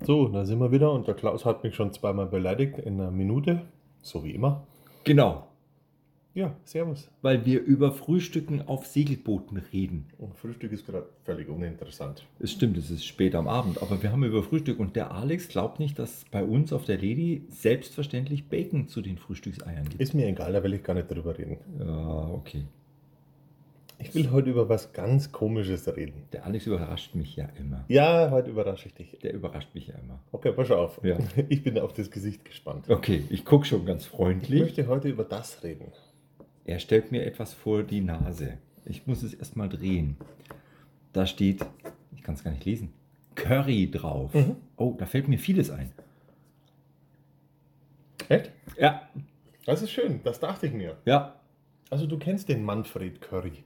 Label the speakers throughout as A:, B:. A: So, da sind wir wieder und der Klaus hat mich schon zweimal beleidigt in einer Minute, so wie immer.
B: Genau,
A: Ja, servus.
B: weil wir über Frühstücken auf Segelbooten reden.
A: Und Frühstück ist gerade völlig uninteressant.
B: Es stimmt, es ist spät am Abend, aber wir haben über Frühstück und der Alex glaubt nicht, dass bei uns auf der Lady selbstverständlich Bacon zu den Frühstückseiern gibt.
A: Ist mir egal, da will ich gar nicht drüber reden.
B: Ja, okay.
A: Ich will heute über was ganz Komisches reden.
B: Der Alex überrascht mich ja immer.
A: Ja, heute überrasche ich dich.
B: Der überrascht mich ja immer.
A: Okay, pass auf.
B: Ja.
A: Ich bin auf das Gesicht gespannt.
B: Okay, ich gucke schon ganz
A: Ich
B: freundlich.
A: möchte heute über das reden.
B: Er stellt mir etwas vor die Nase. Ich muss es erstmal drehen. Da steht, ich kann es gar nicht lesen, Curry drauf.
A: Mhm.
B: Oh, da fällt mir vieles ein.
A: Echt?
B: Ja,
A: Das ist schön, das dachte ich mir.
B: ja,
A: Also du kennst den Manfred Curry.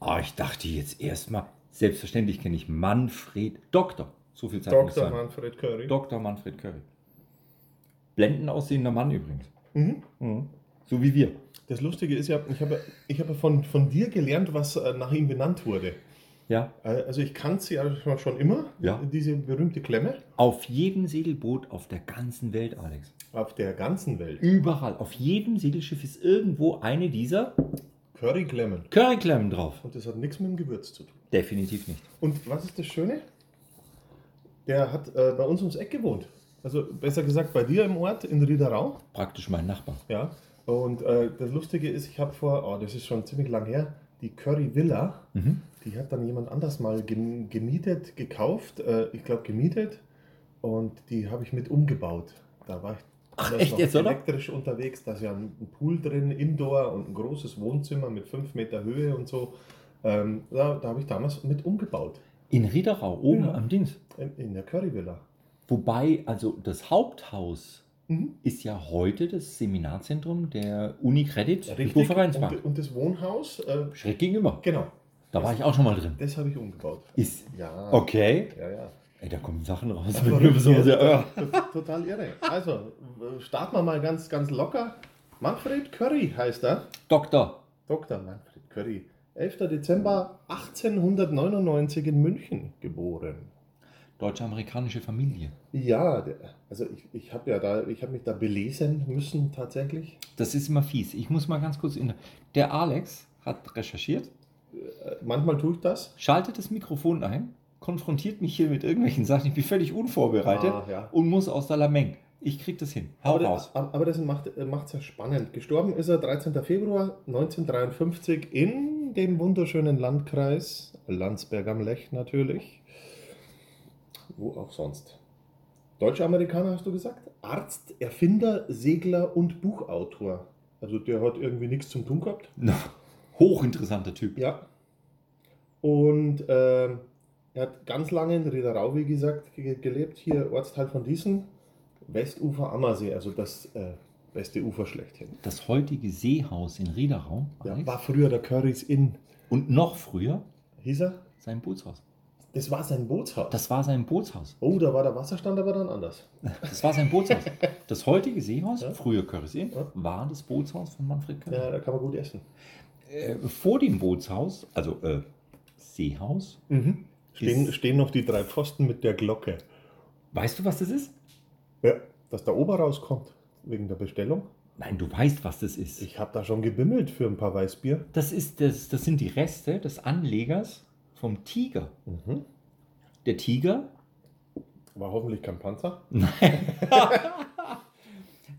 B: Ah, ich dachte jetzt erstmal, selbstverständlich kenne ich Manfred Doktor. So viel Zeit muss
A: Dr.
B: sein.
A: Manfred Curry.
B: Dr. Manfred Curry. Blendend aussehender Mann übrigens.
A: Mhm.
B: So wie wir.
A: Das Lustige ist ja, ich habe, ich habe von, von dir gelernt, was äh, nach ihm benannt wurde.
B: Ja.
A: Also ich kannte sie ja schon immer,
B: Ja.
A: diese berühmte Klemme.
B: Auf jedem Segelboot auf der ganzen Welt, Alex.
A: Auf der ganzen Welt.
B: Überall, auf jedem Segelschiff ist irgendwo eine dieser
A: Curryklemmen.
B: Curryklemmen drauf.
A: Und das hat nichts mit dem Gewürz zu tun.
B: Definitiv nicht.
A: Und was ist das Schöne? Der hat äh, bei uns ums Eck gewohnt. Also besser gesagt bei dir im Ort in Riederau.
B: Praktisch mein Nachbar.
A: Ja. Und äh, das Lustige ist, ich habe vor, oh, das ist schon ziemlich lang her, die Curry Villa,
B: Mhm.
A: die hat dann jemand anders mal gem- gemietet, gekauft. Äh, ich glaube gemietet. Und die habe ich mit umgebaut. Da war ich
B: Ach,
A: damals
B: echt
A: noch
B: jetzt, oder?
A: elektrisch unterwegs. Da ist ja ein ein Pool drin, Indoor und ein großes Wohnzimmer mit 5 Meter Höhe und so. Ähm, da da habe ich damals mit umgebaut.
B: In Riederau, oben
A: Ja.
B: am Dings.
A: In, in der Curryvilla.
B: Wobei, also das Haupthaus
A: Mhm.
B: ist ja heute das Seminarzentrum der Uni Credit Kultur
A: Richtig.
B: Vereinsbank.
A: Und, und das Wohnhaus, äh,
B: Schräg gegenüber.
A: genau,
B: Da war ich auch schon mal drin.
A: das habe ich umgebaut.
B: Ist
A: Ja.
B: okay.
A: Ja, ja.
B: Ey, da kommen Sachen raus.
A: Ach,
B: wenn wir so-
A: verrückt,
B: ja.
A: Tot- Total irre. Also, äh, starten wir mal ganz, ganz locker. Manfred Curry heißt er.
B: Doktor,
A: Dr. Manfred Curry. 11. Dezember 1899 in München geboren.
B: deutsch-amerikanische Familie.
A: Ja, der, also ich, ich habe ja da, ich habe mich da belesen müssen tatsächlich.
B: Das ist immer fies. Ich muss mal ganz kurz in. Der Alex hat recherchiert,
A: Äh, Manchmal tue ich das.
B: schaltet das Mikrofon ein, konfrontiert mich hier mit irgendwelchen Sachen. Ich bin völlig unvorbereitet
A: Ah, ja.
B: und muss aus der Lameng. Ich krieg das hin. Hau
A: Aber,
B: raus.
A: das- aber das macht es ja spannend. Gestorben ist er 13. Februar 1953 in dem wunderschönen Landkreis Landsberg am Lech natürlich. Wo auch sonst. Deutsch-Amerikaner hast du gesagt? Arzt, Erfinder, Segler und Buchautor. Also der hat irgendwie nichts zum tun gehabt.
B: Na, hochinteressanter Typ.
A: Ja. Und ähm, er hat ganz lange in Riederau, wie gesagt, ge gelebt, hier Ortsteil von Diesen, Westufer Ammersee, also das äh, beste Ufer schlechthin.
B: Das heutige Seehaus in Riederau
A: Ja,
B: Alex,
A: war früher der Currys Inn,
B: und noch früher
A: hieß er.
B: sein Bootshaus.
A: Das war sein Bootshaus.
B: Das war sein Bootshaus.
A: oh, da war der Wasserstand aber dann anders.
B: Das war sein Bootshaus. Das heutige Seehaus,
A: Ja.
B: früher Currysee,
A: Ja.
B: war das Bootshaus von Manfred Curry.
A: Ja, da kann man gut essen.
B: Äh, vor dem Bootshaus, also äh, Seehaus,
A: Stehen,
B: Mhm. Ist-
A: stehen noch die drei Pfosten mit der Glocke.
B: weißt du, was das ist?
A: Ja, dass der Ober rauskommt, wegen der Bestellung.
B: Nein, du weißt, was das ist.
A: Ich habe da schon gebimmelt für ein paar Weißbier.
B: Das, ist das, das sind die Reste des Anlegers vom Tiger.
A: Mhm.
B: Der Tiger,
A: War hoffentlich kein Panzer.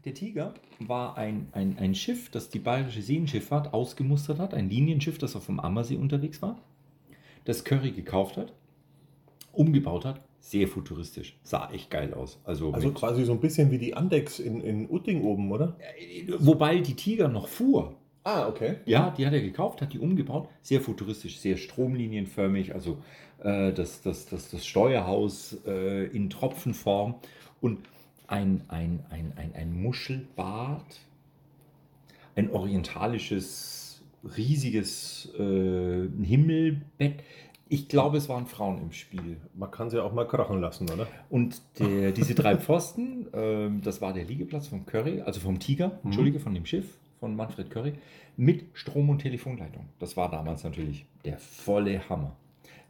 B: der Tiger war ein, ein, ein Schiff, das die Bayerische Seenschifffahrt ausgemustert hat, ein Linienschiff, das auf dem Ammersee unterwegs war, das Curry gekauft hat, umgebaut hat, sehr futuristisch, sah echt geil aus. Also,
A: Also
B: mit-
A: quasi so ein bisschen wie die Andex in, in Utting oben, oder?
B: Wobei die Tiger noch fuhr.
A: Ah, okay.
B: Ja, die hat er gekauft, hat die umgebaut. Sehr futuristisch, sehr stromlinienförmig. Also äh, das, das, das, das Steuerhaus äh, in Tropfenform und ein, ein, ein, ein, ein Muschelbad, ein orientalisches, riesiges äh, Himmelbett. Ich glaube, es waren Frauen im Spiel.
A: Man kann sie auch mal krachen lassen, oder?
B: Und der, diese drei Pfosten, ähm, das war der Liegeplatz von Curry, also vom Tiger, entschuldige, von dem Schiff von Manfred Curry, mit Strom- und Telefonleitung. Das war damals natürlich der volle Hammer.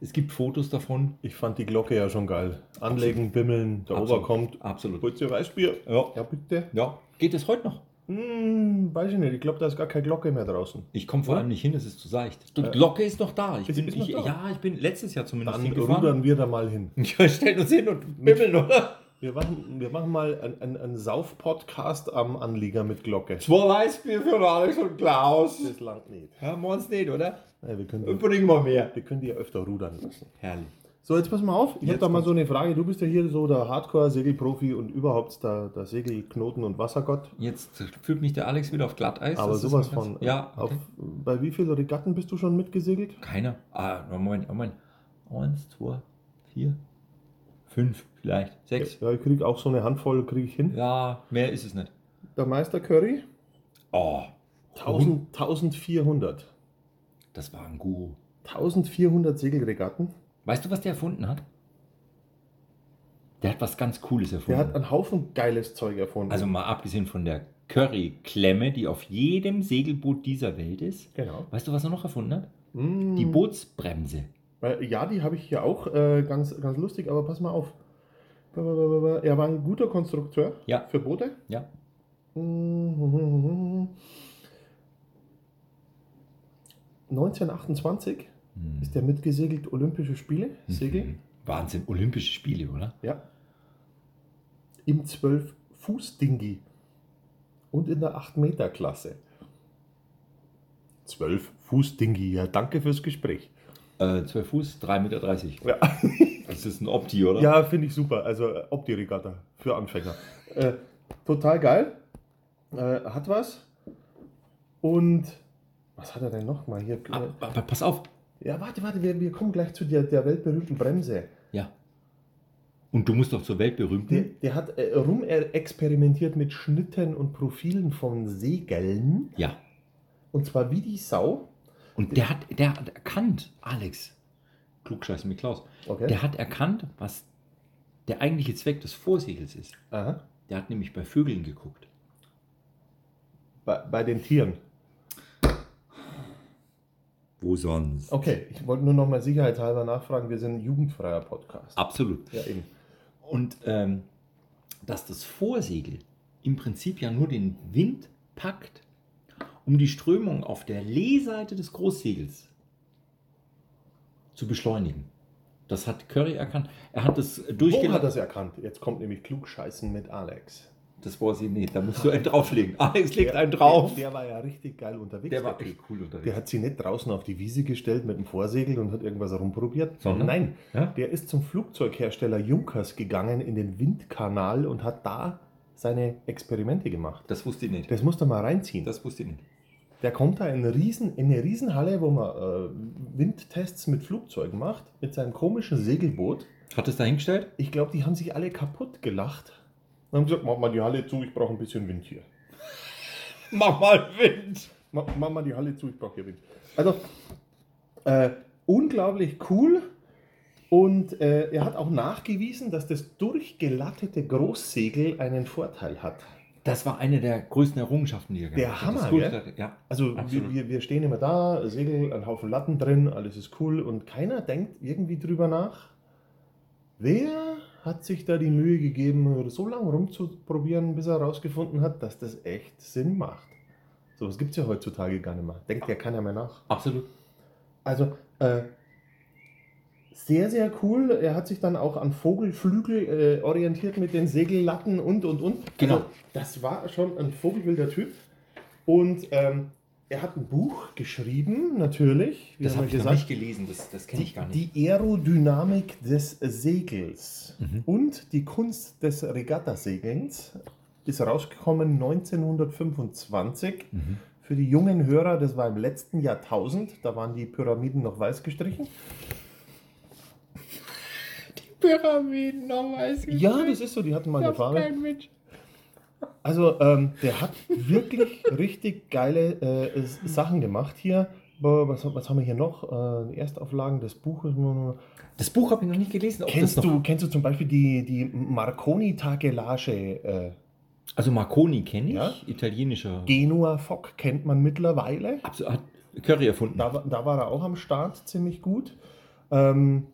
B: Es gibt Fotos davon.
A: Ich fand die Glocke ja schon geil. Anlegen, bimmeln, der
B: Absolut.
A: Ober kommt.
B: Absolut.
A: Holst du Weißbier?
B: Ja,
A: Ja, bitte.
B: ja. geht es heute noch?
A: Hm, weiß ich nicht. Ich glaube, da ist gar keine Glocke mehr draußen.
B: Ich komme vor
A: Ja.
B: allem nicht hin, es ist zu seicht. Die
A: Äh,
B: Glocke ist noch da. Ich
A: ist-
B: bin,
A: ist noch
B: ich,
A: da.
B: Ja, ich bin letztes Jahr zumindest
A: Dann
B: hingefahren.
A: rudern wir da mal hin.
B: Ja, stellen uns hin und bimmeln, oder?
A: Wir machen, wir machen mal einen ein, ein Sauf-Podcast am Anlieger mit Glocke.
B: Zwei Weißbier für Alex und Klaus.
A: Das langt nicht.
B: Haben wir uns nicht, oder?
A: Nein, wir, können,
B: Bringen wir mehr.
A: wir können die ja öfter rudern lassen.
B: Herrlich.
A: So, jetzt pass mal auf. Ich habe
B: Jetzt
A: da mal
B: kommt's.
A: so eine Frage. Du bist ja hier so der Hardcore-Segelprofi und überhaupt der, der Segelknoten- und Wassergott.
B: Jetzt führt mich der Alex wieder auf Glatteis.
A: Aber
B: Das ist
A: sowas
B: mir ganz-
A: von. äh,
B: Ja,
A: Auf,
B: okay.
A: bei wie vielen Regatten bist du schon mitgesegelt?
B: keiner. Ah, Moment, Moment. Eins, zwei, vier, fünf vielleicht, sechs.
A: Ja, ich krieg auch so eine Handvoll krieg ich hin.
B: Ja, mehr ist es nicht.
A: Der Meister Curry?
B: Oh,
A: 1000, 1400.
B: das war ein Guru.
A: 1400 Segelregatten.
B: Weißt du, was der erfunden hat? Der hat was ganz Cooles
A: Der
B: erfunden.
A: hat einen Haufen geiles Zeug erfunden.
B: also mal abgesehen von der Curry-Klemme, die auf jedem Segelboot dieser Welt ist.
A: genau.
B: Weißt du, was er noch erfunden hat?
A: Mm,
B: Die Bootsbremse.
A: Äh, Ja, die habe ich hier auch. Äh, ganz, ganz lustig, aber pass mal auf. Er war ein guter Konstrukteur
B: Ja.
A: für Boote.
B: Ja.
A: Mhm. 1928
B: Hm.
A: ist er mitgesegelt Olympische Spiele,
B: Mhm.
A: Segeln.
B: Wahnsinn, Olympische Spiele, oder?
A: Ja. Im 12-Fuß-Dingi und in der 8-Meter-Klasse. 12-Fuß-Dingi, ja, danke fürs Gespräch.
B: Äh, 12 Fuß, 3,30 Meter.
A: Ja,
B: Das ist ein Opti, oder?
A: ja finde ich super. Also, äh, Opti-Regatta für Anfänger. Äh, total geil. Äh, hat was. Und was hat er denn noch mal hier?
B: Aber, Ah, aber pass auf.
A: Ja, warte, warte, wir, wir kommen gleich zu der, der weltberühmten Bremse.
B: Ja. Und du musst doch zur
A: Der,
B: Weltberühmten.
A: der hat äh, rum experimentiert mit Schnitten und Profilen von Segeln.
B: Ja.
A: Und zwar wie die Sau.
B: Und der hat, der hat erkannt, Alex, klugscheiß mit Klaus,
A: Okay.
B: der hat erkannt, was der eigentliche Zweck des Vorsegels ist.
A: Aha.
B: Der hat nämlich bei Vögeln geguckt.
A: Bei, bei den Tieren.
B: Wo sonst?
A: Okay, ich wollte nur noch mal sicherheitshalber nachfragen. Wir sind ein jugendfreier Podcast.
B: Absolut.
A: Ja, eben.
B: Und ähm, dass das Vorsegel im Prinzip ja nur den Wind packt, um die Strömung auf der Leeseite des Großsegels zu beschleunigen. Das hat Curry erkannt. Er hat das
A: Wo
B: durchgelassen.
A: hat das erkannt? Jetzt kommt nämlich Klugscheißen mit Alex.
B: Das war sie nicht. Da musst du einen drauflegen. Alex legt einen
A: Der,
B: drauf.
A: der war ja richtig geil unterwegs.
B: Der war
A: der Typ.
B: echt cool unterwegs.
A: der hat sie nicht draußen auf die Wiese gestellt mit dem Vorsegel und hat irgendwas rumprobiert, sondern
B: Sondern? ja?
A: nein, Der ist zum Flugzeughersteller Junkers gegangen in den Windkanal und hat da seine Experimente gemacht.
B: Das wusste ich nicht.
A: Das musst du mal reinziehen.
B: Das wusste ich nicht.
A: der kommt da in, Riesen, in eine Riesenhalle, wo man äh, Windtests mit Flugzeugen macht, mit seinem komischen Segelboot.
B: Hat es da hingestellt?
A: Ich glaube, die haben sich alle kaputt gelacht. Und haben gesagt, mach mal die Halle zu, ich brauche ein bisschen Wind hier.
B: Mach mal Wind.
A: Ma- Mach mal die Halle zu, ich brauche hier Wind. Also, äh, unglaublich cool. Und äh, er hat auch nachgewiesen, dass das durchgelattete Großsegel einen Vorteil hat.
B: Das war eine der größten Errungenschaften, die er
A: Der
B: gemacht hat. Das
A: Hammer,
B: größte- Ja.
A: Also wir,
B: Absolut.
A: wir, wir stehen immer da, Segel, ein Haufen Latten drin, alles ist cool und keiner denkt irgendwie drüber nach. Wer hat sich da die Mühe gegeben, so lange rumzuprobieren, bis er herausgefunden hat, dass das echt Sinn macht? So was gibt es ja heutzutage gar nicht mehr. Denkt ja keiner mehr nach.
B: Absolut.
A: Also, äh, sehr, sehr cool. Er hat sich dann auch an Vogelflügel äh, orientiert mit den Segellatten und, und, und.
B: Genau.
A: Also, das war schon ein vogelwilder Typ. Und ähm, er hat ein Buch geschrieben, natürlich. Wie
B: Das
A: haben
B: habe
A: wir
B: ich noch nicht gelesen. Das, das kenne ich gar nicht.
A: die, die Aerodynamik des Segels
B: Mhm.
A: und die Kunst des Regattasegelns ist rausgekommen 1925
B: Mhm.
A: für die jungen Hörer, das war im letzten Jahrtausend, da waren die Pyramiden noch weiß gestrichen.
C: Pyramiden nochmal. es gibt
A: Ja, das ist so, die hatten mal eine
C: überhaupt
A: Farbe.
C: keinen Mensch.
A: Also, ähm, der hat wirklich richtig geile äh, S- Sachen gemacht hier. Boah, Was, was haben wir hier noch? Äh, Erstauflagen des Buches.
B: Das Buch habe ich noch nicht gelesen. ob
A: Kennst
B: das noch-
A: du, kennst du zum Beispiel die, die Marconi-Takelage? Äh,
B: Also Marconi kenne ich,
A: Ja.
B: italienischer.
A: Genua Fock kennt man mittlerweile.
B: Absolut, hat Curry erfunden.
A: Da, war- da war er auch am Start ziemlich gut. Ähm,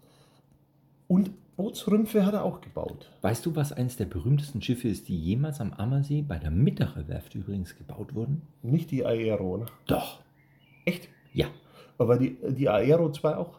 A: und Bootsrümpfe hat er auch gebaut.
B: Weißt du, was eines der berühmtesten Schiffe ist, die jemals am Ammersee bei der Mittacher Werft übrigens gebaut wurden?
A: Nicht die Aero. Ne?
B: Doch.
A: Echt?
B: Ja.
A: Aber die, die Aero 2 auch.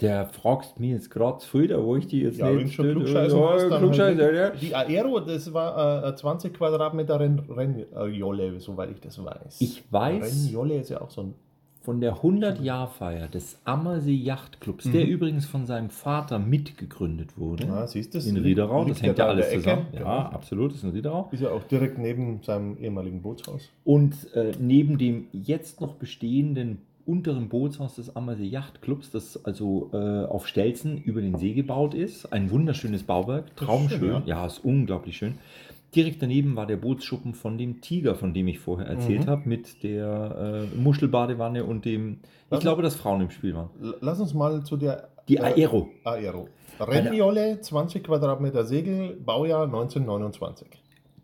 B: Der fragst mich jetzt gerade früher, wo ich die jetzt
A: Ja, wenn schon klugscheißen hast,
B: ja,
A: dann
B: Klugscheißer,
A: halt
B: ja.
A: wirklich- Die Aero, das war äh, eine 20 Quadratmeter Ren- Rennjolle, soweit ich das weiß.
B: Ich weiß
A: Rennjolle ist ja auch so ein.
B: von der 100-Jahr-Feier des Ammersee Yacht Clubs, der
A: Mhm.
B: übrigens von seinem Vater mitgegründet wurde.
A: Ja, siehst du das?
B: Hm? in Riederau, das hängt ja
A: da an der
B: alles
A: Ecke.
B: zusammen. Ja,
A: Genau.
B: absolut, das ist in Riederau.
A: Ist ja auch direkt neben seinem ehemaligen Bootshaus.
B: Und äh, neben dem jetzt noch bestehenden unteren Bootshaus des Ammersee Yacht Clubs, das also äh, auf Stelzen über den See gebaut ist, ein wunderschönes Bauwerk,
A: Das ist
B: traumschön,
A: schön,
B: ja. ist unglaublich schön. Direkt daneben war der Bootsschuppen von dem Tiger, von dem ich vorher erzählt
A: Mhm.
B: habe, mit der äh, Muschelbadewanne und dem, ich
A: Was?
B: glaube, dass Frauen im Spiel waren.
A: L- Lass uns mal zu der
B: Die
A: Äh,
B: Aero.
A: Aero. Rennjolle, 20 Quadratmeter Segel, Baujahr 1929.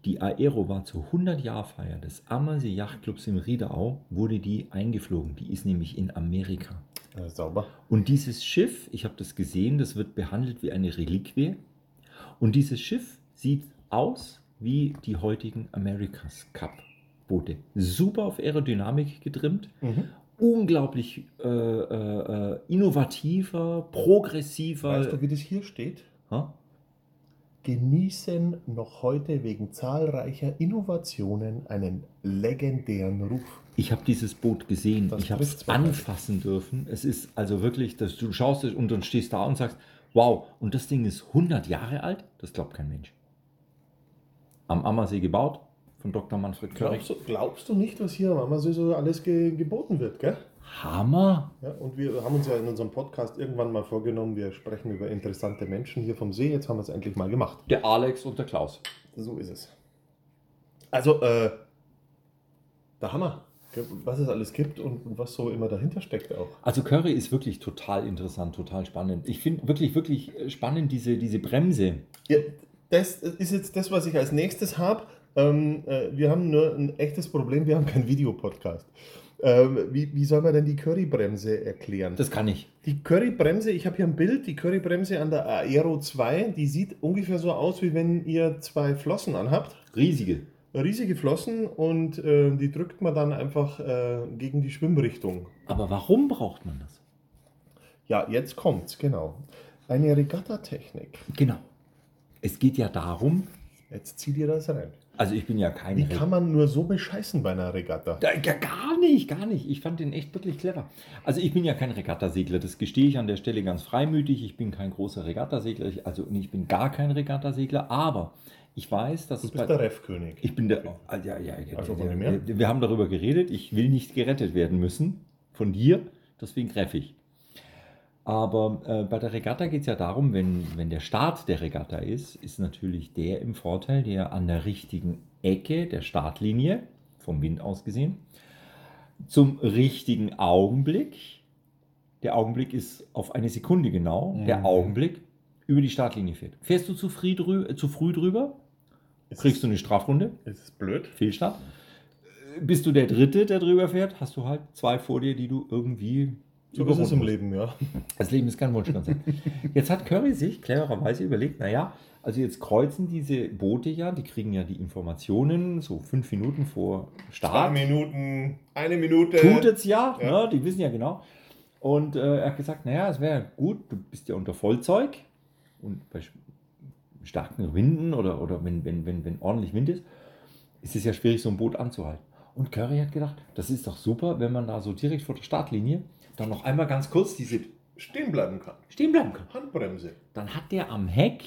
B: Die Aero war zur 100-Jahr-Feier des Ammersee Yachtclubs in Riederau, wurde die eingeflogen. Die ist nämlich in Amerika.
A: Äh, sauber.
B: Und dieses Schiff, ich habe das gesehen, das wird behandelt wie eine Reliquie. Und dieses Schiff sieht aus wie die heutigen America's Cup Boote. Super auf Aerodynamik getrimmt,
A: Mhm.
B: unglaublich äh, äh, äh, innovativer, progressiver.
A: Weißt du, wie das hier steht?
B: Hä?
A: genießen noch heute wegen zahlreicher Innovationen einen legendären Ruf.
B: Ich habe dieses Boot gesehen,
A: Das
B: ich habe
A: trifft's
B: es
A: wahrscheinlich.
B: anfassen dürfen. Es ist also wirklich, dass du schaust es und dann stehst da und sagst, wow, und das Ding ist 100 Jahre alt? Das glaubt kein Mensch. Am Ammersee gebaut von Dr. Manfred Körrig.
A: Glaubst du, glaubst du nicht, was hier am Ammersee so alles ge geboten wird, gell?
B: Hammer!
A: Ja, und wir haben uns ja in unserem Podcast irgendwann mal vorgenommen, wir sprechen über interessante Menschen hier vom See. Jetzt haben wir es endlich mal gemacht.
B: Der Alex und der Klaus.
A: So ist es. Also, äh, der Hammer. gell, Was es alles gibt und, und was so immer dahinter steckt auch.
B: Also Curry ist wirklich total interessant, total spannend. Ich finde wirklich, wirklich äh, spannend diese, diese Bremse.
A: Ja, das ist jetzt das, was ich als nächstes habe. Ähm, äh, wir haben nur ein echtes Problem, wir haben keinen Videopodcast. Ähm, wie, wie soll man denn die Currybremse erklären?
B: Das kann ich.
A: die Currybremse, ich habe hier ein Bild, die Currybremse an der Aero 2, die sieht ungefähr so aus, wie wenn ihr zwei Flossen anhabt.
B: Riesige.
A: Riesige Flossen und äh, die drückt man dann einfach äh, gegen die Schwimmrichtung.
B: Aber warum braucht man das?
A: Ja, jetzt kommt's, genau. Eine Regatta-Technik.
B: Genau. Es geht ja darum,
A: Jetzt zieht ihr das rein.
B: also ich bin ja kein
A: Die
B: Re-
A: kann man nur so bescheißen bei einer Regatta.
B: Da- Ja, gar nicht, gar nicht. Ich fand den echt wirklich clever. Also ich bin ja kein Regattasegler, das gestehe ich an der Stelle ganz freimütig. Ich bin kein großer Regattasegler, ich, also nee, ich bin gar kein Regattasegler, aber ich weiß, dass
A: Du
B: es
A: bist der Ref-König.
B: ich bin der. Ah, Ja, ja, ja,
A: Also von
B: ja,
A: dem
B: ja,
A: her?
B: wir haben darüber geredet. Ich will nicht gerettet werden müssen von dir, deswegen treffe ich. Aber äh, bei der Regatta geht es ja darum, wenn, wenn der Start der Regatta ist, ist natürlich der im Vorteil, der an der richtigen Ecke der Startlinie, vom Wind aus gesehen, zum richtigen Augenblick, der Augenblick ist auf eine Sekunde genau, der
A: Mhm.
B: Augenblick über die Startlinie fährt. Fährst du zu früh, drü äh, zu früh drüber,
A: Ist
B: kriegst du eine Strafrunde,
A: Ist es blöd?
B: Fehlstart. Äh, Bist du der Dritte, der drüber fährt, hast du halt zwei vor dir, die du irgendwie
A: So ist
B: überrunden
A: es im
B: musst.
A: Leben, ja.
B: Das Leben ist kein Wunschkonzert. jetzt hat Curry sich clevererweise überlegt, naja, also jetzt kreuzen diese Boote ja, die kriegen ja die Informationen so fünf Minuten vor Start.
A: Minuten, eine Minute.
B: Tut es ja,
A: Äh, Ja.
B: Ne? die wissen ja genau. Und äh, er hat gesagt, naja, es wäre gut, du bist ja unter Vollzeug und bei sch- starken Winden oder, oder wenn, wenn, wenn, wenn ordentlich Wind ist, ist es ja schwierig, so ein Boot anzuhalten. Und Curry hat gedacht, das ist doch super, wenn man da so direkt vor der Startlinie dann noch einmal ganz kurz diese
A: Stehen bleiben kann.
B: stehen bleiben kann.
A: Handbremse.
B: Dann hat der am Heck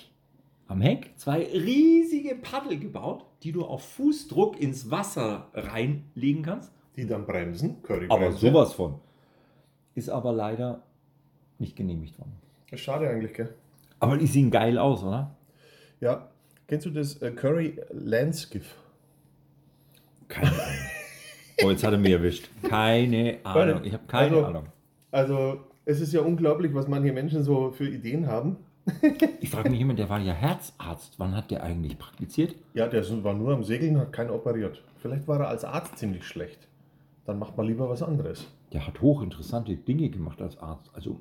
B: am Heck zwei riesige Paddel gebaut, die du auf Fußdruck ins Wasser reinlegen kannst.
A: Die dann bremsen, Currybremse.
B: Aber sowas von. Ist aber leider nicht genehmigt worden.
A: Ist Schade eigentlich, gell?
B: Aber die sehen geil aus, oder?
A: Ja. Kennst du das äh, Curry Landskiff?
B: Keine Ahnung. Oh, jetzt hat er mich erwischt. Keine Ahnung. Ich habe keine
A: Also-
B: Ahnung.
A: Also, es ist ja unglaublich, was manche Menschen so für Ideen haben.
B: Ich frage mich immer, der war ja Herzarzt. Wann hat der eigentlich praktiziert?
A: Ja, der war nur am Segeln, hat keinen operiert. Vielleicht war er als Arzt ziemlich schlecht. Dann macht man lieber was anderes.
B: Der hat hochinteressante Dinge gemacht als Arzt. Also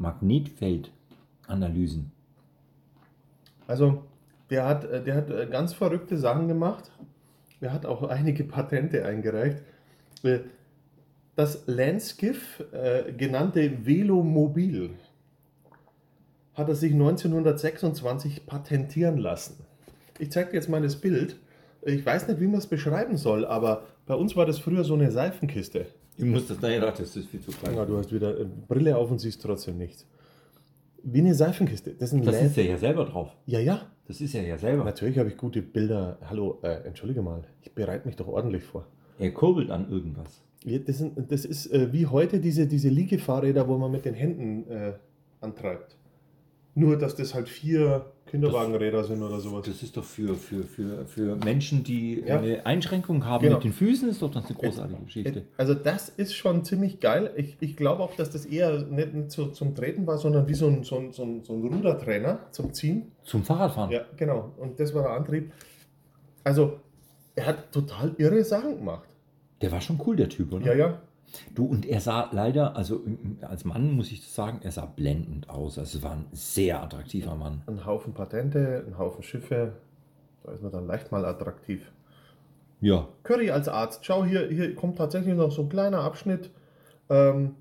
B: Magnetfeldanalysen.
A: Also, der hat, äh, der hat äh, ganz verrückte Sachen gemacht. Der hat auch einige Patente eingereicht. Äh, Das Landskiff, äh, genannte Velomobil, hat er sich 1926 patentieren lassen. Ich zeige dir jetzt mal das Bild. Ich weiß nicht, wie man es beschreiben soll, aber bei uns war das früher so eine Seifenkiste.
B: Ich muss das daher das ist viel zu klein.
A: Ja, du hast wieder äh, Brille auf und siehst trotzdem nichts. Wie eine Seifenkiste. Das ist ein
B: das
A: Land-
B: ist er ja selber drauf.
A: Ja, ja.
B: Das ist er ja selber.
A: Natürlich habe ich gute Bilder. Hallo, äh, entschuldige mal, ich bereite mich doch ordentlich vor.
B: Er kurbelt an irgendwas.
A: Ja, Das, sind, das ist äh, wie heute diese, diese Liegefahrräder, wo man mit den Händen äh, antreibt. Nur, dass das halt vier Kinderwagenräder sind oder sowas.
B: Das ist doch für, für, für, für Menschen, die
A: Ja.
B: eine Einschränkung haben
A: Genau.
B: mit den Füßen, ist doch das eine großartige
A: Äh,
B: Geschichte.
A: Also das ist schon ziemlich geil. Ich, ich glaube auch, dass das eher nicht, nicht so zum Treten war, sondern wie so ein, so ein, so ein, so ein Rudertrainer zum Ziehen.
B: Zum Fahrradfahren.
A: Äh, Ja, genau. Und das war der Antrieb. Also, er hat total irre Sachen gemacht.
B: Der war schon cool, der Typ, oder?
A: Ja, ja.
B: Du, und er sah leider, also ähm, als Mann muss ich sagen, er sah blendend aus. Also es war ein sehr attraktiver Mann.
A: Ein Haufen Patente, ein Haufen Schiffe. Da ist man dann leicht mal attraktiv.
B: Ja.
A: Curry als Arzt. Schau, hier, hier kommt tatsächlich noch so ein kleiner Abschnitt. Ähm,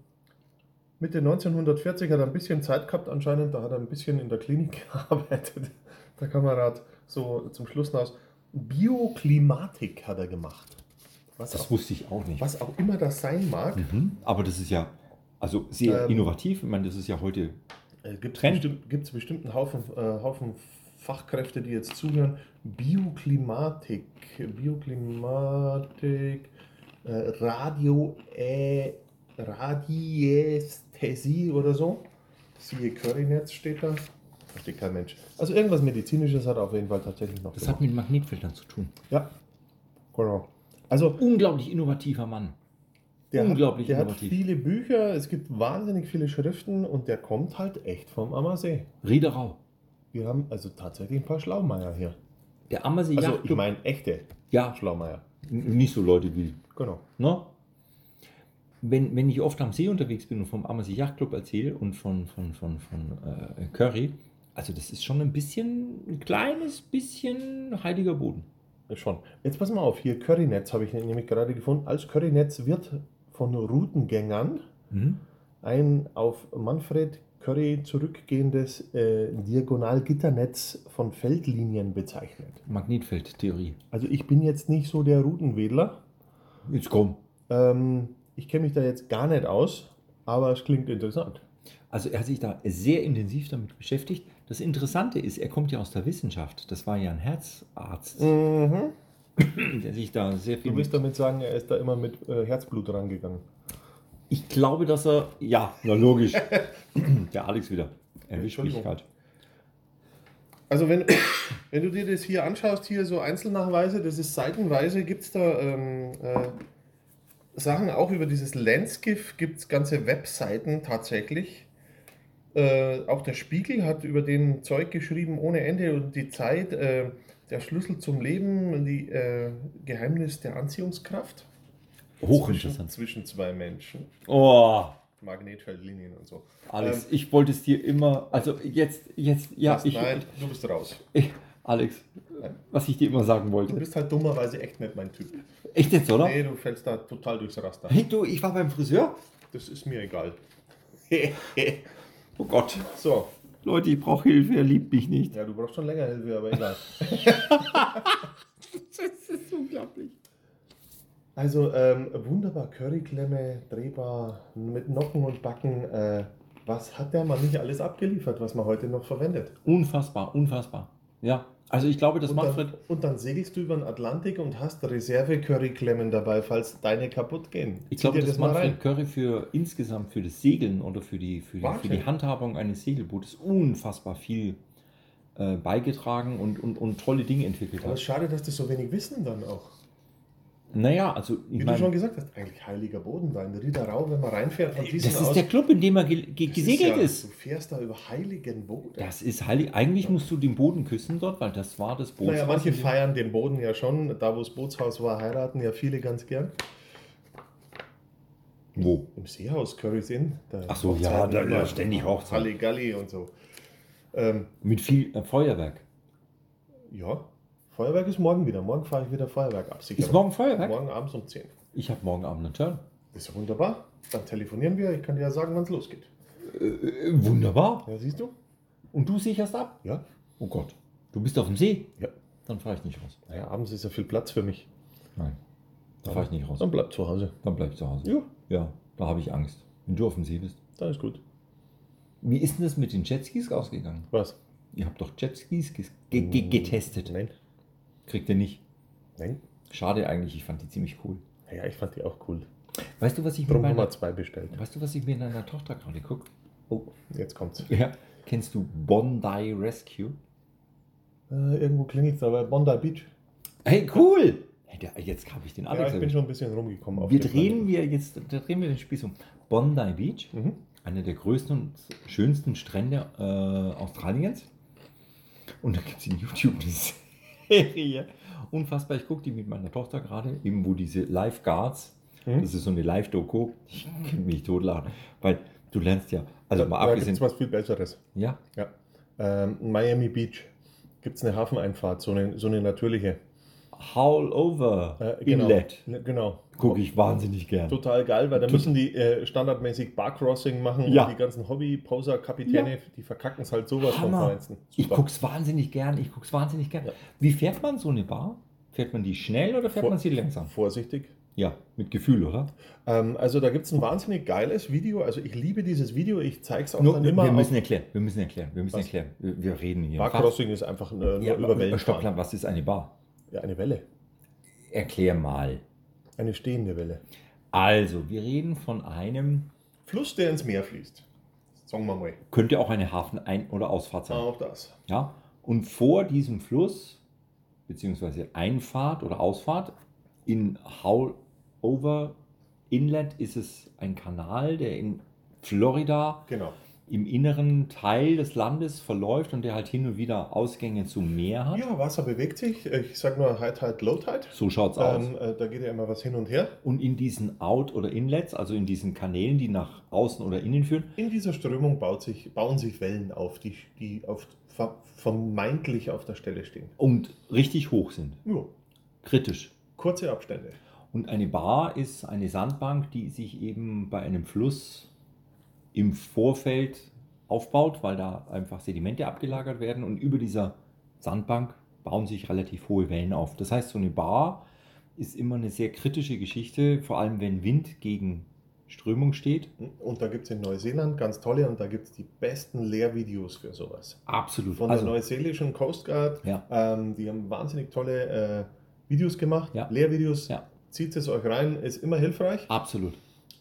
A: Mitte 1940 hat er ein bisschen Zeit gehabt anscheinend. Da hat er ein bisschen in der Klinik gearbeitet. Der Kamerad. So zum Schluss hinaus. Bioklimatik hat er gemacht. Was,
B: Das
A: auch,
B: wusste ich auch nicht.
A: was auch immer das sein mag.
B: Mhm. Aber das ist ja, also sehr
A: Ähm,
B: innovativ. Ich meine, das ist ja heute
A: Gibt es
B: Trend.
A: bestimmt, Äh, gibt's bestimmt einen Haufen, äh, Haufen Fachkräfte, die jetzt zuhören. Bioklimatik, Bioklimatik, äh, Radio, äh, Radiästhesie oder so. Siehe Currynetz steht da. Versteht kein Mensch. Also irgendwas Medizinisches hat er auf jeden Fall tatsächlich noch
B: Das hat mit Magnetfeldern zu tun.
A: ja, genau. Also
B: Unglaublich innovativer Mann.
A: der,
B: Unglaublich
A: hat, der hat
B: innovativ.
A: viele Bücher, es gibt wahnsinnig viele Schriften und der kommt halt echt vom Ammersee.
B: Riederau.
A: Wir haben also tatsächlich ein paar Schlaumeier hier.
B: Der Ammersee
A: Also ich
B: Yachtclub.
A: meine echte
B: ja,
A: Schlaumeier.
B: n- nicht so Leute wie,
A: Genau.
B: ne? Wenn, wenn ich oft am See unterwegs bin und vom Ammersee Yachtclub erzähle und von, von, von, von äh, Curry, also das ist schon ein bisschen, ein kleines bisschen heiliger Boden.
A: Schon. Jetzt pass mal auf, hier Currynetz habe ich nämlich gerade gefunden. Als Currynetz wird von Routengängern
B: Mhm.
A: ein auf Manfred Curry zurückgehendes äh, Diagonalgitternetz von Feldlinien bezeichnet.
B: Magnetfeldtheorie.
A: Also ich bin jetzt nicht so der Routenwedler.
B: Jetzt komm.
A: Ähm, ich kenne mich da jetzt gar nicht aus, aber es klingt interessant.
B: Also er hat sich da sehr intensiv damit beschäftigt. Das Interessante ist, er kommt ja aus der Wissenschaft. Das war ja ein Herzarzt,
A: Mhm.
B: der sich da sehr viel
A: Du willst damit sagen, er ist da immer mit äh, Herzblut rangegangen.
B: Ich glaube, dass er. Ja, na logisch. Der Alex wieder. Erwischt mich
A: Entschuldigung.
B: gerade.
A: Also wenn, wenn du dir das hier anschaust, hier so Einzelnachweise, das ist seitenweise, gibt es da ähm, äh, Sachen auch über dieses Landskiff, gibt es ganze Webseiten tatsächlich. Äh, auch der Spiegel hat über den Zeug geschrieben ohne Ende und die Zeit, äh, der Schlüssel zum Leben, die äh, Geheimnis der Anziehungskraft zwischen,
B: Hochinteressant.
A: zwischen zwei Menschen,
B: Oh,
A: Magnetfeldlinien und so.
B: Alex, ich wollte es dir immer. Also jetzt, jetzt, ja,
A: Ähm, Was?
B: ich,
A: Nein, du bist raus.
B: ich. Alex, was ich dir immer sagen
A: Du
B: wollte.
A: bist halt dummerweise echt nicht mein Typ.
B: Echt jetzt, oder?
A: Nee, du fällst da total durchs Raster.
B: Hey, du, ich war beim Friseur.
A: Das ist mir egal.
B: Oh Gott.
A: so,
B: Leute, ich brauche Hilfe. Er liebt mich nicht.
A: ja, du brauchst schon länger Hilfe, aber egal.
C: Das ist unglaublich.
A: Also, ähm, wunderbar, Curryklemme, drehbar, mit Nocken und Backen. Äh, was hat der Mann nicht alles abgeliefert, was man heute noch verwendet?
B: Unfassbar, unfassbar. Ja, Also ich glaube, dass
A: und,
B: Manfred.
A: dann, und dann segelst du über den Atlantik und hast Reserve-Curry-Klemmen dabei, falls deine kaputt gehen.
B: Ich
A: Zieh
B: glaube,
A: dir
B: dass
A: mal
B: Manfred Curry für insgesamt für das Segeln oder für die, für die, für die
A: Wahnsinn.
B: Handhabung eines Segelbootes unfassbar viel äh, beigetragen und, und, und tolle Dinge entwickelt
A: Aber es ist
B: hat.
A: schade, dass die so wenig wissen dann auch.
B: Naja, also
A: Wie
B: ich
A: du schon
B: meine,
A: gesagt hast, eigentlich heiliger Boden da in der Riederau, wenn man reinfährt von diesem
B: das ist
A: aus.
B: der Club, in dem er ge ge
A: Das ist
B: gesegelt
A: ja-
B: ist.
A: Du fährst da über heiligen Boden.
B: Das ist heilig. Eigentlich musst du den Boden küssen dort, weil das war das Boot.
A: naja, manche feiern den Boden ja schon. Da, wo das Bootshaus war, heiraten ja viele ganz gern.
B: Wo?
A: Im Seehaus Currys Inn. da
B: Ach so,
A: Hochzeiten
B: ja, da-
A: immer.
B: ja, ständig Hochzeiten.
A: Halligalli und so. Ähm,
B: Mit viel äh, Feuerwerk.
A: ja, Feuerwerk ist morgen wieder. Morgen fahre ich wieder Feuerwerk absichern.
B: Ist morgen Feuerwerk?
A: Morgen abends um 10.
B: Ich habe morgen Abend einen Turn.
A: Ist ja wunderbar. Dann telefonieren wir. Ich kann dir ja sagen, wann es losgeht.
B: Äh, wunderbar.
A: Ja, siehst du?
B: Und du sicherst ab?
A: Ja.
B: Oh Gott. Du bist auf dem See?
A: Ja.
B: Dann fahre ich nicht raus.
A: Naja, abends ist ja viel Platz für mich.
B: Nein. Da fahre ich nicht raus.
A: Dann bleib zu Hause.
B: Dann bleib ich zu Hause.
A: Ja,
B: Ja, da habe ich Angst. Wenn du auf dem See bist.
A: dann ist gut.
B: Wie ist denn das mit den Jetskis ausgegangen?
A: Was?
B: Ihr habt doch Jetskis ges- ge ge getestet.
A: Nein.
B: Kriegt ihr nicht.
A: Nein.
B: Schade eigentlich, ich fand die ziemlich cool.
A: Ja, ich fand die auch cool.
B: Weißt du, was ich mir,
A: Drum haben wir
B: meiner,
A: zwei bestellt.
B: weißt du, was ich mir in einer Tochter gerade gucke? Oh.
A: Jetzt kommt's.
B: Ja. Kennst du Bondi Rescue?
A: Äh, irgendwo klingelt's aber Bondi Beach.
B: Hey, cool! Hey, der, jetzt habe ich den
A: Ja,
B: Alex.
A: ich bin schon ein bisschen rumgekommen.
B: wir
A: dem
B: drehen wir jetzt, da drehen wir den Spieß um. Bondi Beach,
A: Planeten. Mhm.
B: einer der größten und schönsten Strände äh, Australiens. Und da gibt es in YouTube eine Serie. Unfassbar, ich gucke die mit meiner Tochter gerade, eben wo diese Lifeguards,
A: Mhm.
B: das ist so eine Live-Doku, ich kann mich totlachen, weil du lernst ja, also mal
A: da gibt's
B: abgesehen,
A: was viel Besseres.
B: ja,
A: Ja. Ähm, in Miami Beach gibt's eine Hafeneinfahrt, so eine, so eine natürliche.
B: Howl Over
A: Äh,
B: Inlet,
A: Ne, Genau.
B: gucke E ich wahnsinnig gern.
A: Total geil, weil da
B: Tot-
A: müssen die äh, standardmäßig Barcrossing machen
B: Ja.
A: und die ganzen Hobby-Poser-Kapitäne, die verkacken es halt sowas
B: Hammer.
A: vom Feinsten.
B: Ich
A: Super.
B: guck's wahnsinnig gern, ich guck's wahnsinnig gern.
A: Ja.
B: Wie fährt man so eine Bar? Fährt man die schnell oder fährt
A: Vor-
B: man sie langsam?
A: Vorsichtig.
B: Ja, mit Gefühl, oder?
A: Ähm, also da gibt es ein wahnsinnig geiles Video. Also ich liebe dieses Video. Ich zeige es auch
B: Nur,
A: dann
B: wir,
A: immer.
B: wir müssen
A: auf.
B: erklären, wir müssen erklären, wir müssen
A: Was?
B: erklären. Wir, wir reden hier.
A: Barcrossing ist einfach eine, nur
B: ja, äh,
A: über Wellen fahren.
B: Stockplan, was ist eine Bar?
A: Ja, eine Welle.
B: Erklär mal.
A: Eine stehende Welle.
B: Also, wir reden von einem,
A: Fluss, der ins Meer fließt. Sagen wir mal.
B: könnte auch eine Hafenein- oder Ausfahrt sein.
A: Auch das.
B: Ja? Und vor diesem Fluss, beziehungsweise Einfahrt oder Ausfahrt, in Howlover Inlet ist es ein Kanal, der in Florida
A: Genau.
B: im inneren Teil des Landes verläuft und der halt hin und wieder Ausgänge zum Meer hat.
A: Ja, Wasser bewegt sich. Ich sag nur halt, High Tide, Low Tide.
B: So schaut's aus.
A: Ähm, äh, da geht ja immer was hin und her.
B: Und in diesen Out- oder Inlets, also in diesen Kanälen, die nach außen oder innen führen,
A: In dieser Strömung baut sich, bauen sich Wellen auf, die, die auf, ver- vermeintlich auf der Stelle stehen.
B: und richtig hoch sind.
A: Nur
B: Kritisch.
A: kurze Abstände.
B: Und eine Bar ist eine Sandbank, die sich eben bei einem Fluss im Vorfeld aufbaut, weil da einfach Sedimente abgelagert werden und über dieser Sandbank bauen sich relativ hohe Wellen auf. Das heißt, so eine Bar ist immer eine sehr kritische Geschichte, vor allem wenn Wind gegen Strömung steht.
A: Hm? Und da gibt es in Neuseeland ganz tolle und da gibt es die besten Lehrvideos für sowas.
B: Absolut.
A: Von der
B: Also,
A: neuseelischen Coast Guard.
B: ja,
A: Ähm, die haben wahnsinnig tolle äh, Videos gemacht,
B: Ja.
A: Lehrvideos.
B: Ja.
A: Zieht es euch rein, ist immer hilfreich.
B: absolut.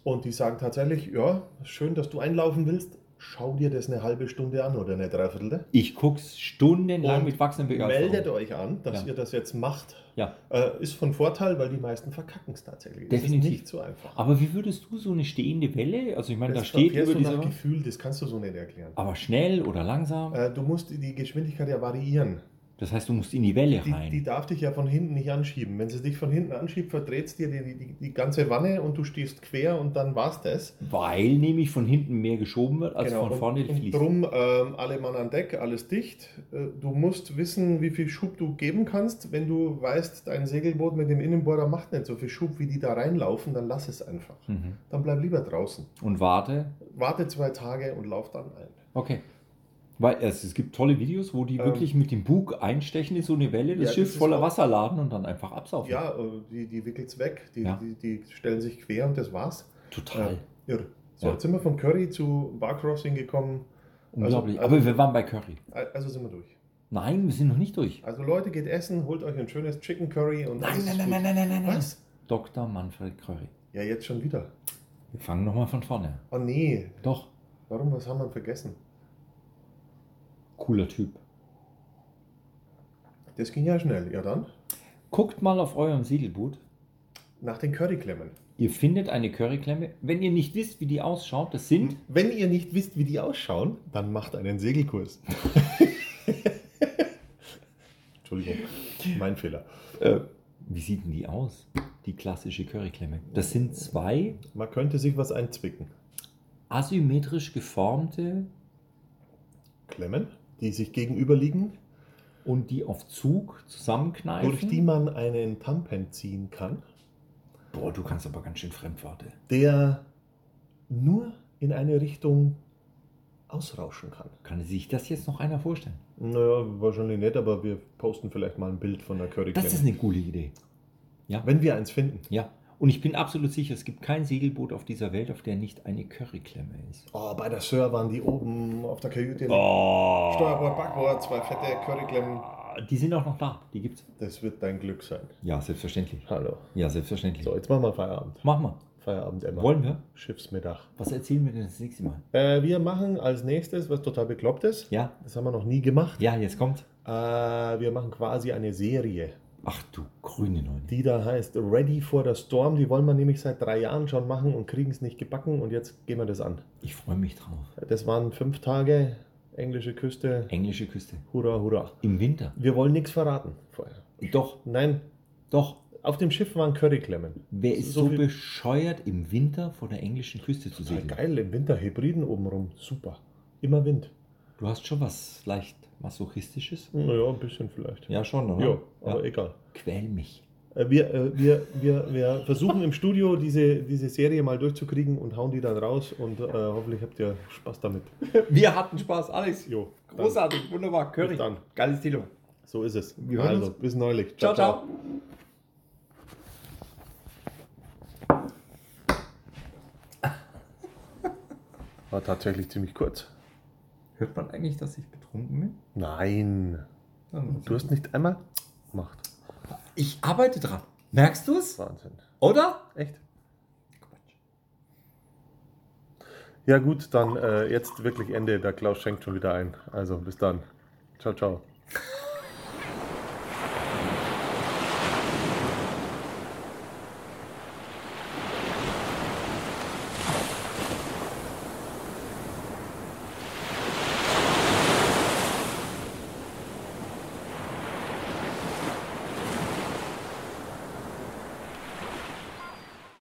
A: Und die sagen tatsächlich, ja, schön, dass du einlaufen willst. Schau dir das eine halbe Stunde an oder eine Dreiviertel.
B: Ich guck's stundenlang
A: Und
B: mit wachsendem Begeisterung.
A: Meldet euch an, dass
B: Ja.
A: ihr das jetzt macht.
B: Ja.
A: Äh, ist von Vorteil, weil die meisten verkacken es tatsächlich. Es
B: Definitiv.
A: ist nicht so einfach.
B: Aber wie würdest du so eine stehende Welle, also ich meine, da
A: das
B: steht
A: verfährst
B: über
A: du nach
B: dieser,
A: Gefühl, das kannst du so nicht erklären.
B: aber schnell oder langsam.
A: Äh, du musst die Geschwindigkeit ja variieren.
B: Das heißt, du musst in die Welle
A: Die,
B: rein.
A: die darf dich ja von hinten nicht anschieben. Wenn sie dich von hinten anschiebt, verdreht dir die, die, die ganze Wanne und du stehst quer und dann war's das. Genau,
B: weil nämlich von hinten mehr geschoben wird, als Also von
A: und,
B: vorne
A: und
B: fließt.
A: drum ähm, alle Mann an Deck, alles dicht. Äh, du musst wissen, wie viel Schub du geben kannst. Wenn du weißt, dein Segelboot mit dem Innenbohrer macht nicht so viel Schub, wie die da reinlaufen, dann lass es einfach.
B: Mhm.
A: Dann bleib lieber draußen.
B: Und warte.
A: Warte zwei Tage und lauf dann ein.
B: Okay. Weil es, es gibt tolle Videos, wo die
A: Ähm.
B: wirklich mit dem Bug einstechen in so eine Welle, das
A: Ja,
B: Schiff
A: das ist
B: voller
A: auch-
B: Wasser laden und dann einfach absaufen.
A: Ja, äh, die, die wickelt's weg, die,
B: Ja.
A: die, die stellen sich quer und das war's.
B: Total.
A: Ja. Also, Irre. So,
B: Ja.
A: jetzt sind wir von Curry zu Barcrossing gekommen.
B: Unglaublich.
A: Also-
B: aber wir waren bei Curry.
A: Also sind wir durch.
B: Nein, wir sind noch nicht durch.
A: Also Leute, geht essen, holt euch ein schönes Chicken Curry und alles ist gut.
B: nein, nein, nein.
A: Was?
B: Dr. Manfred Curry.
A: Ja, jetzt schon wieder.
B: Wir fangen nochmal von vorne. an.
A: Oh nee,
B: Doch,
A: warum, was haben wir vergessen?
B: cooler Typ.
A: Das ging ja schnell. Ja dann,
B: Guckt mal auf eurem Siedelboot.
A: nach den Curryklemmen.
B: Ihr findet eine Curryklemme. Wenn ihr nicht wisst, wie die ausschaut, das sind
A: Wenn ihr nicht wisst, wie die ausschauen, dann macht einen Segelkurs. Entschuldigung, mein Fehler.
B: Wie sieht denn die aus? Die klassische Curryklemme. Das sind zwei
A: Man könnte sich was einzwicken.
B: asymmetrisch geformte
A: Klemmen, die sich gegenüberliegen,
B: und die auf Zug zusammenkneifen.
A: durch die man einen Tampen ziehen kann,
B: Boah, du kannst aber ganz schön Fremdworte.
A: der nur in eine Richtung ausrauschen kann.
B: Kann sich das jetzt noch einer vorstellen?
A: Naja, wahrscheinlich nicht, aber wir posten vielleicht mal ein Bild von der Curryklemme.
B: Das ist eine coole Idee.
A: Wenn wir eins finden.
B: Ja. Und ich bin absolut sicher, es gibt kein Segelboot auf dieser Welt, auf der nicht eine Curryklemme ist.
A: Oh, bei der Sir waren die oben auf der Kajüte.
B: Oh.
A: Steuerbord, Backbord, zwei fette Curryklemmen.
B: Ah, Die sind auch noch da. Die gibt's.
A: Das wird dein Glück sein.
B: Ja, selbstverständlich.
A: Hallo.
B: Ja, selbstverständlich.
A: So, jetzt machen wir Feierabend.
B: Mach mal.
A: Feierabend, Emma.
B: Wollen wir?
A: Schiffsmittag.
B: Was erzählen wir denn das nächste Mal?
A: Äh, wir machen als nächstes was total beklopptes.
B: Ja?
A: Das haben wir noch nie gemacht.
B: Ja, jetzt kommt.
A: Äh, wir machen quasi eine Serie,
B: Ach du grüne Neune.
A: die da heißt Ready for the Storm. Die wollen wir nämlich seit drei Jahren schon machen und kriegen es nicht gebacken. Und jetzt gehen wir das an.
B: Ich freue mich drauf.
A: Das waren fünf Tage englische Küste.
B: Englische Küste.
A: Hurra, hurra.
B: Im Winter.
A: Wir wollen nichts verraten vorher.
B: Doch,
A: Nein,
B: doch.
A: auf dem Schiff waren Curryklemmen.
B: Wer ist
A: So
B: so,
A: viel-
B: bescheuert, im Winter vor der englischen Küste zu
A: Total
B: segeln?
A: geil, im Winter Hebriden obenrum. Super. Immer Wind.
B: Du hast schon was leicht masochistisches?
A: Naja, ein bisschen vielleicht.
B: Ja, schon, oder?
A: Ja, aber egal.
B: Quäl mich.
A: Äh, Wir, äh, wir, wir, wir versuchen im Studio diese, diese Serie mal durchzukriegen und hauen die dann raus und äh, hoffentlich habt ihr Spaß damit.
B: Wir hatten Spaß, Alex.
A: Jo, dann.
B: Großartig, wunderbar. Curry.
A: Bis dann.
B: Geiles Thema.
A: So ist es.
B: Wir hören
A: also,
B: uns.
A: bis neulich.
B: Ciao, ciao.
A: War tatsächlich ziemlich kurz.
B: Hört man eigentlich, dass ich betrunken bin?
A: Nein. Du hast nicht einmal gemacht.
B: Ich arbeite dran. Merkst du es?
A: Wahnsinn.
B: Oder?
A: Echt?
B: Quatsch.
A: Ja gut, dann äh, jetzt wirklich Ende. Der Klaus schenkt schon wieder ein. Also bis dann. Ciao, ciao.